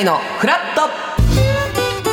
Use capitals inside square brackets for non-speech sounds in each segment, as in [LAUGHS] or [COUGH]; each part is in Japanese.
イのフラット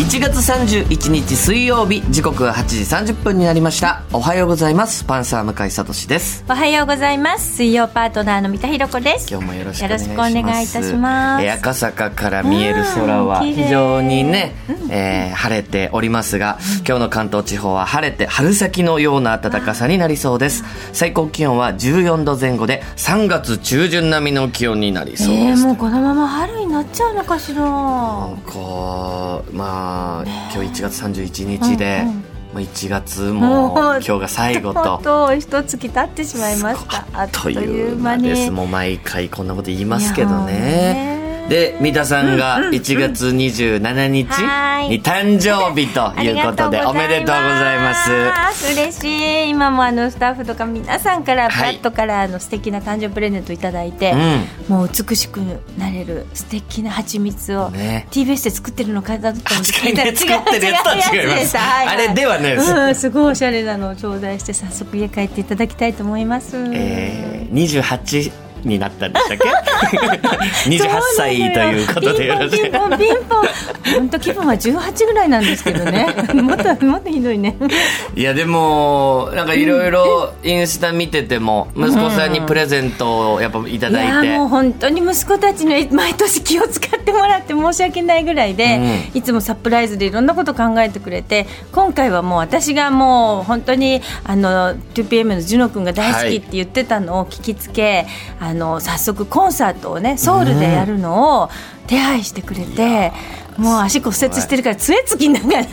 1月31日水曜日時刻は8時30分になりましたおはようございますパンサー向井聡ですおはようございます。水曜パートナーの三田寛子です。今日もよろしくよおろ願いししくおます願いいたします。え赤坂から見える空はうん綺麗非常にね、えー晴れておりますが今日の関東地方は晴れて春先のような暖かさになりそうです最高気温は14度前後で3月中旬並みの気温になりそうえでーす、もうこのまま春になっちゃうのかしら。なんかまあ今日1月31日で、うんうもんう1月ももう今日が最後ととう。とう一月経ってしまいました。あっという間です。もう毎回こんなこと言いますけどねいやーね。で、三田さんが1月27日はいに誕生日とあいりうがことで、おめでとうございます。す。嬉しい。今もあのスタッフとか皆さんから、はいバットからあの素敵な誕生日プレゼントいただいて、うもう美しくなれる素敵な蜂蜜を、ん。ね。 TBS で作ってるのかだと思って違いね作ってるやつとは違います違うやつでしたはいはいあれではないですうん、すごいおしゃれなのを頂戴して早速家帰っていただきたいと思います、えー、28になったんでしたっ [LAUGHS] け ?28 歳ということでよろしいピン。ポンピンポンピンポン本当気分は18ぐらいなんですけどね [LAUGHS] もっともっとひどいねいやでもなんかいろいろインスタ見てても息子さんにプレゼントをやっぱいたいやだいてーもう本当に息子たちに毎年気を使ってもらって申し訳ないぐらいで、いつもサプライズでいろんなこと考えてくれて今回はもう私がもう本当にあの 2PM のジュノ君が大好きって言ってたのを聞きつけ、あの早速コンサートをねソウルでやるのを手配してくれて。もう足骨折してるから杖つきながら [LAUGHS]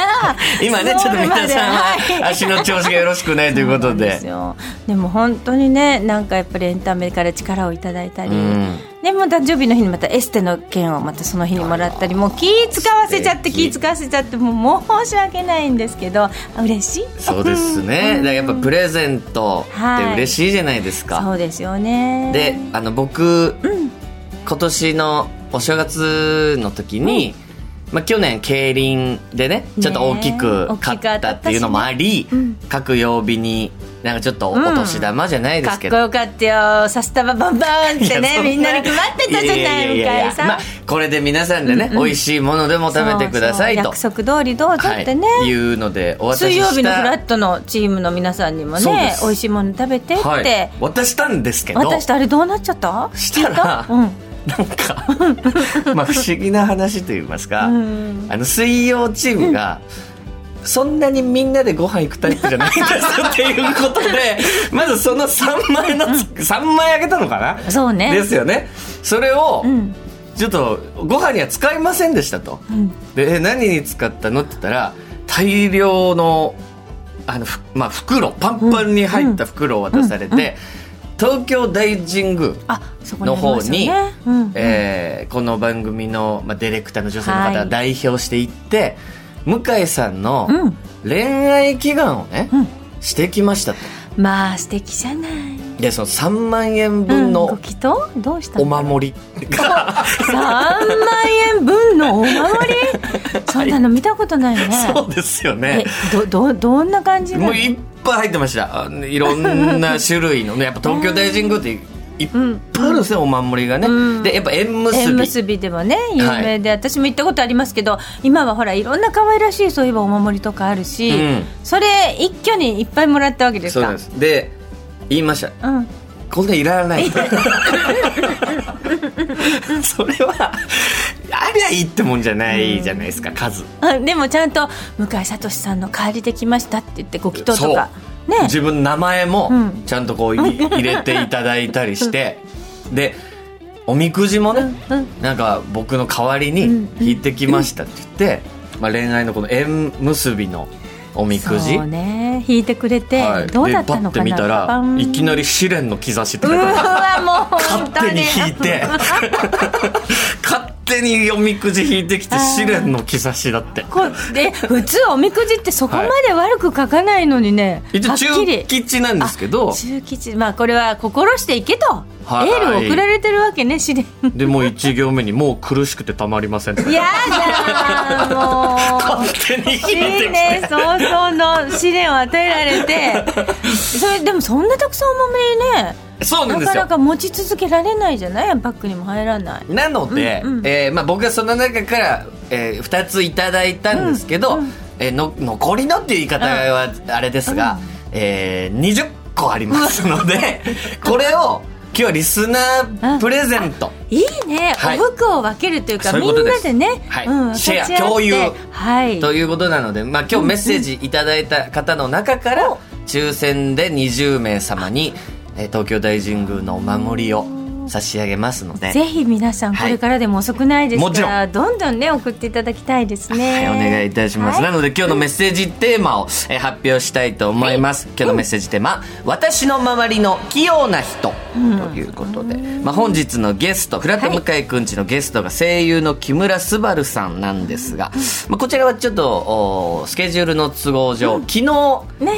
今ねちソウょっとルま皆でさんはいは足の調子がよろしくないということそうなん。ですよでも本当にねなんかやっぱりエンタメから力をいただいたり、んでもう誕生日の日にまたエステの券をまたその日にもらったりもう気使わせちゃって素敵気使わせちゃってもう申し訳ないんですけどあ嬉しいそうですね。だからやっぱプレゼントって嬉しいじゃないですか。そうですよねで、あの僕、今年のお正月の時に、まあ去年競輪でね、ちょっと大きく大きく勝ったっていうのもあり、各曜日になんかちょっとお年玉じゃないでかすっけこど、よかったよさすたばバンバンっていやそねんみんなに配ってたじゃないやい向いややかいやさんまあ、これで皆さんでね、美味しいものでも食べてくださいと。そうそう約束通りどうぞはっいてね、いうのでお渡し水した曜日のフラットのチームの皆さんにもそうでねす美味しいもの食べてって、はい、渡したんですけど私とあれどうなっちゃったしたら聞いなんかまあ不思議な話と言いますか、たうん、うんあの水曜チームが、そんなにみんなでご飯行くタイプじゃないんですっていうことで、まずその3枚のつ、3枚あげたのかなそうねですよね。それをう、んちょっとご飯には使いませんでしたと。うんで、え何に使ったのって言ったら、大量の、あの、ふまあ袋、パンパンに入った袋を渡されて、東京大神宮、あそこにありますよねうのんうんえーこの番組の、まあ、ディレクターの女性の方はがい代表していって、向井さんのうん恋愛祈願をね、うんしてきましたとまあ素敵じゃないでその3万円う分ん、ごの祈祷どうしたおの守りが、 3万円分のお [LAUGHS] 守りそんなの見たことないねそうですよえねどどどんな感じなものういっぱい入ってましたあいろんな種類のねやっぱ東京大神宮っていっぱいあるんですね、お守りがね、うんでやっぱ縁結び縁結びでもね有名で、私も行ったことありますけど今はほらいろんな可愛らしいそういえばお守りとかあるし、うんそれ一挙にいっぱいもらったわけですそうかなんですで言いましたうんこんない [LAUGHS] らない。それは、ありゃいいってもんじゃないじゃないですか、数。あでもちゃんと向井聡さんの代わりできましたって言ってご祈祷とかね自分の名前もうんちゃんとこうい入れていただいたりして、で、おみくじもね、うんうんなんか僕の代わりに引いてきましたって言って、まあ、恋愛のこの縁結びのおみくじ。そうね引いてくれて、はいどうだったのかなでパッて見たパらンいきなり試練の兆しってう書いてあるわもう勝本当手にに引いて勝手におみくじ引いてきて試練の兆しだってこう [LAUGHS] で普通おみくじってそこまで悪く書かないのにね、一は応っき中り吉なんですけど中吉まあこれは心していけとはいエールを送られてるわけね試練でもう1行目にもう苦しくてたまりませんってやだーもう勝手に決め新て年早々の試練を与えられてそれでもそんなたくさんお豆ねそうななんですかよなか持ち続けられないじゃないバッグにも入らないなので、うんうんえーまあ、僕はその中から、え2ついただいたんですけど、えーの残りのっていう言い方はあれですが、えー20個ありますのでこれを今日リスナープレゼント、いいね、はいお服を分けるというかそういうことみんなですでね、はいうん、シェア立ち会って共有はいということなので、まあ、今日メッセージいただいた方の中から抽選で20名様に、えー東京大神宮のお守りを差し上げますので。ぜひ皆さんこはいれからでも遅くないですから、もどんどんね送っていただきたいですね、はい、お願いいたします、はいなので今日のメッセージテーマを、えー発表したいと思います、今日のメッセージテーマ、私の周りの器用な人」ということで、まあ、本日のゲストフラット向井くんちのゲストが声優の木村昴さんなんですが、まあ、こちらはちょっとおースケジュールの都合上、昨ね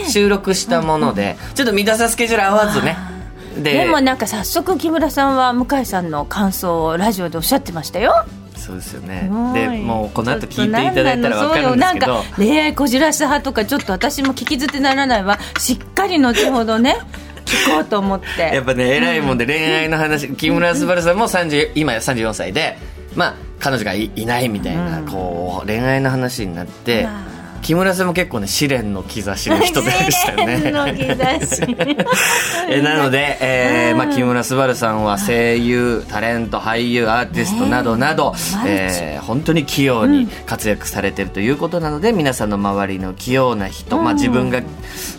日収録したもので、ちょっと乱さスケジュール合わずねででもなんか早速木村さんは向井さんの感想をラジオでおっしゃってましたよそうですよねごいでもうこの後聞いていただいたら分かるんですけそうどよなんか恋愛こじらした派とかちょっと私も聞き捨てならないわしっかり後ほどね聞こうと思っ [LAUGHS] やてっぱね偉いもんで恋愛の話木村昴さんも30今34歳でまあ彼女がいいないみたいな、こう恋愛の話になって、ま木村さんも結構ね試練の兆しの人でしたよ自然の [LAUGHS] ね。兆しえなので、えーまあ、木村昴さんは声優タレント俳優アーティストなどなど、マルチえー本当に器用に活躍されてるということなので、皆さんの周りの器用な人、まあ、自分が、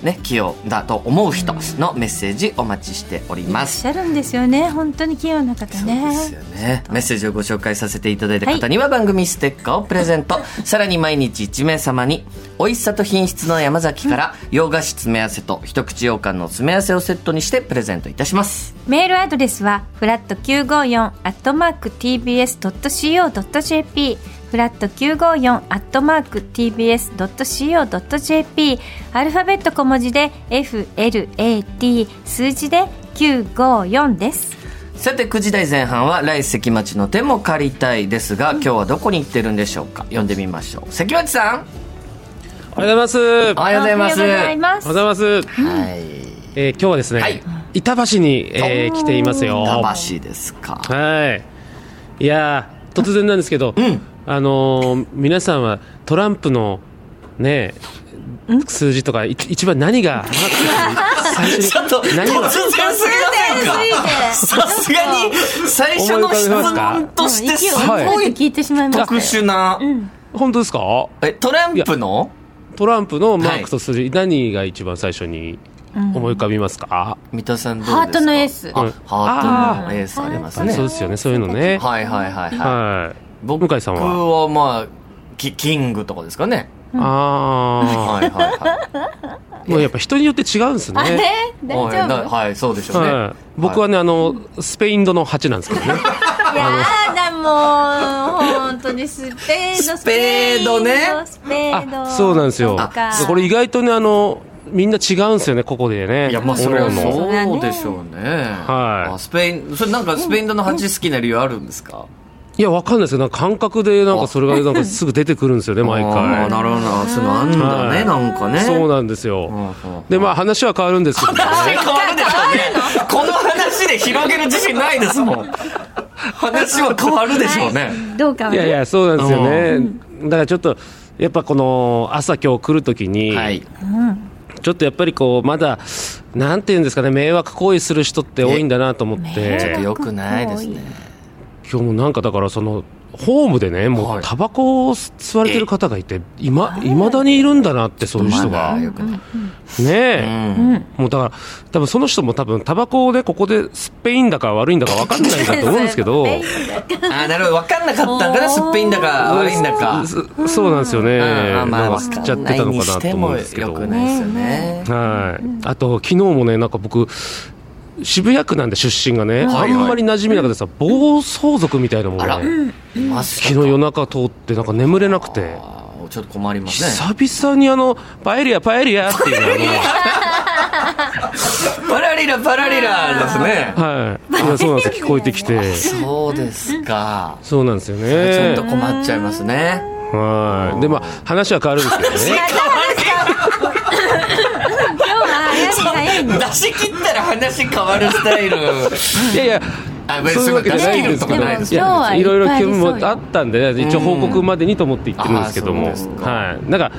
ね、器用だと思う人のメッセージお待ちしておりいらまっすし。ゃるんですよね本当に器用な方ねそうですよね。メッセージをご紹介させていただいた方には番組ステッカーをプレゼン [LAUGHS] ト。さらに毎日1名様に、美味しさと品質の山崎から、洋菓子詰め合わせと一口羊羹の詰め合わせをセットにしてプレゼントいたします。メールアドレスはフラット954アットマーク tbs.co.jp フラット954アットマーク tbs.co.jp アルファベット小文字で flat 数字で954ですさて、9時台前半は、来関町の手も借りたいですが、今日はどこに行ってるんでしょうか読んでみましょう。関町さんおはようございおます。はようございます。おはようございますおはようございます。はい。えー今日はですね、はい板橋に、えー来ていますよ。は魂ですか。い。いやー突然なんですけど、あのー皆さんはトランプのね数字とかい一番何が最初ちょっと、突然何すぎをませんかさすがに最初の質問としてすご思い浮かびますかうんい息を聞いてしまいま特したよ殊な、本当ですか？えトランプのトランプのマークと数字、何が一番最初に思い浮かびますか？三田さんどうですかハートのエースあうんハートのエースありますねそうですよね、そういうのね。ははいはいはいい。はい僕向井さんは、はまあキキングとかですかね [LAUGHS] あはいはいはいあ、もうやっぱ人によって違うんですね。あれ [LAUGHS] 大はい丈な夫はいそうでしょうねはい、僕はね、あのスペインドの8なんですけ [LAUGHS] どねいやだもう本当にスペードスペードねスペードスペーあドそうなんですよそっかこれ意外とねあのみんな違うんですよねここでねいやまあそれは各々そうでしょうねはいあスペインそれなんかスペインの蜂好きな理由あるんですかいやわかんないですけどなんか感覚でなんかそれがなんかすぐ出てくるんですよね毎あー回なるほどそういうのあんだはねいなんかねそうなんですよ、うんうんでまあ話は変わるんです [LAUGHS] けど、ね、変わるんですかねこの話で広げる自信ないですもん話は変わるでしょうねどうかはいやいやそうなんですよね、だからちょっとやっぱこの朝今日来るときに、はいちょっとやっぱりこうまだなんていうんですかね迷惑行為する人って多いんだなと思ってちょっと良くないですね今日もなんかだからそのホームでねもはいうタバコを吸われてる方がいていま未だにいるんだなってそういう人がマナーね良くないえもうだから多分その人も多分タバコをねここでスペインだか悪いんだか分かんないんだと思うんですけどスペインだあーなるほど分かんなかったんかなすっぺいんだか悪いんだかそそうなんですよねあーまなんあか吸っちゃってたのかなと思うんですけど分かんないにしても良くないですよねはい、あと昨日もね、なんか僕、渋谷区なんで出身がね、はいはいあんまり馴染みなくてさ、暴走族みたいなもあらのね、マス昨日夜中通って、なんか眠れなくて、ちょっと困りますね久々にあのパエリア、パエリアっていうのをあパラリラパラリラですね。はい。いや、そうなんですよ。聞こえてきて。そうですか。そうなんですよね。ちょっと困っちゃいますね。はい。で、まあ、話は変わるんですけどね。今日は話が早いね出し切ったら話変わるスタ [LAUGHS] イル。いやいや、あ、別にそういうわけじゃないですけどね。いや、いろいろ今日はいっぱ興味いありそうもよあったんで、ね、一応報告までにと思って言ってるんですけども、うんあーそうですかはい、なんか、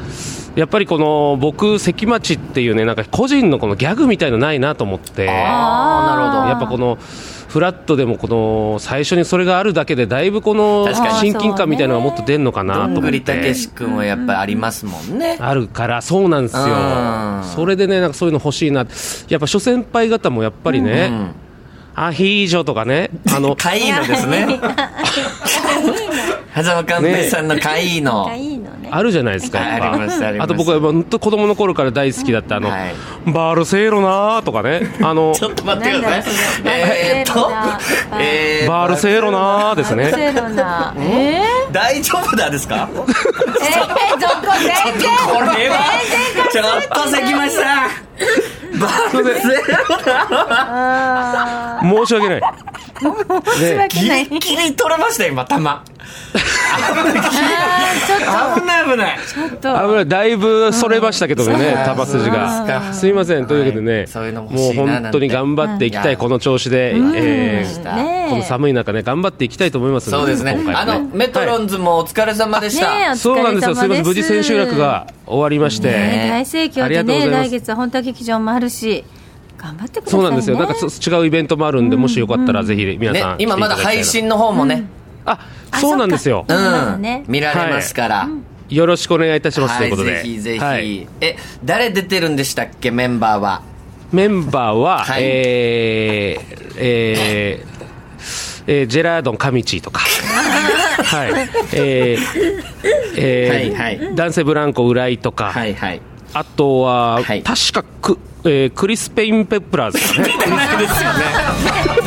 やっぱりこの僕、関町っていうね、なんか個人のこのギャグみたいのないなと思って、やあーなるっぱこの、フラットでもこの最初にそれがあるだけで、だいぶこの確かに親近感みたいなのがもっと出るのかなほとど。思っ栗て武。志くんはやっぱりありますもんね。あるから、そうなんですようん。それでね、なんかそういうの欲しいな。やっぱ諸先輩方もやっぱりね、アヒージョとかね、[LAUGHS] あの、かいいのですね。狭間寛平さんのかいいの。がいいのねあるじゃないですか。やっぱありますありますあと僕は本当子供の頃から大好きだったあの、はいバルセロナとかね、あの、 [LAUGHS] ちょっと待ってくださない。んだえーっバとルセロナ、えーっとバルセロナでバすルね。セロナえー大丈夫なんですかこえーどこ全然れは、ちょっと関町さん。バルセロあナ申し [LAUGHS] 訳ない。ーね、申し訳ないギリギリ取れましたよ、今、弾。あーちょっと危ない危ない。危ない。だいぶそれましたけどね、うん球筋そうですかが。すいません。というわけではねいそういうの、も欲しもういななんて本当に頑張っていきたうんい、この調子で、えーねえこの寒い中ね、頑張っていきたいと思いますのそうですね今。回あはの、メトロンズもお疲れ様でしねえお疲れ様た。ですそうなんですよ。すいません。無事千秋楽が終わりまして。ね大盛況ありでがとうごねざい来ます月は本田劇場もあるし頑張ってくださいねそうなんですよ。なんかそ違うイベントもあるんで、もしよかったらぜひ皆ねさん、今まだ配信の方もね、あ、そうなんですよあ。うそっかまだんね、見られますから。よろしくお願いいたしますとはいうい、ことぜで。ひぜはひい。え、誰出てるんでしたっけ、メンバーは。メンバーは、はいえー、えー、えージェラードン・カミチ [LAUGHS] ーとか、はいえーえーはいは男性ブランコ・浦井とか、はいはい。あとは、はい確かク,、えークリス・ペイン・ペプラーズですかね [LAUGHS]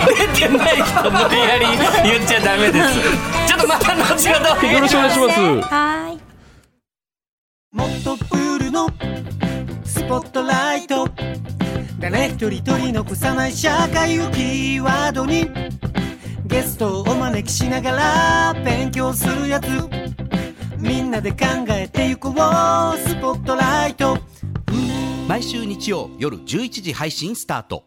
出てない人無理やり言っちゃダメです。 [LAUGHS] ちょっとまた後ほど。よろしくお願いします。はーいもっとプールのスポットライト誰一人取り残さない社会をキーワードにゲストをお招きしながら勉強するやつみんなで考えてゆこうスポットライト毎週日曜夜11時配信スタート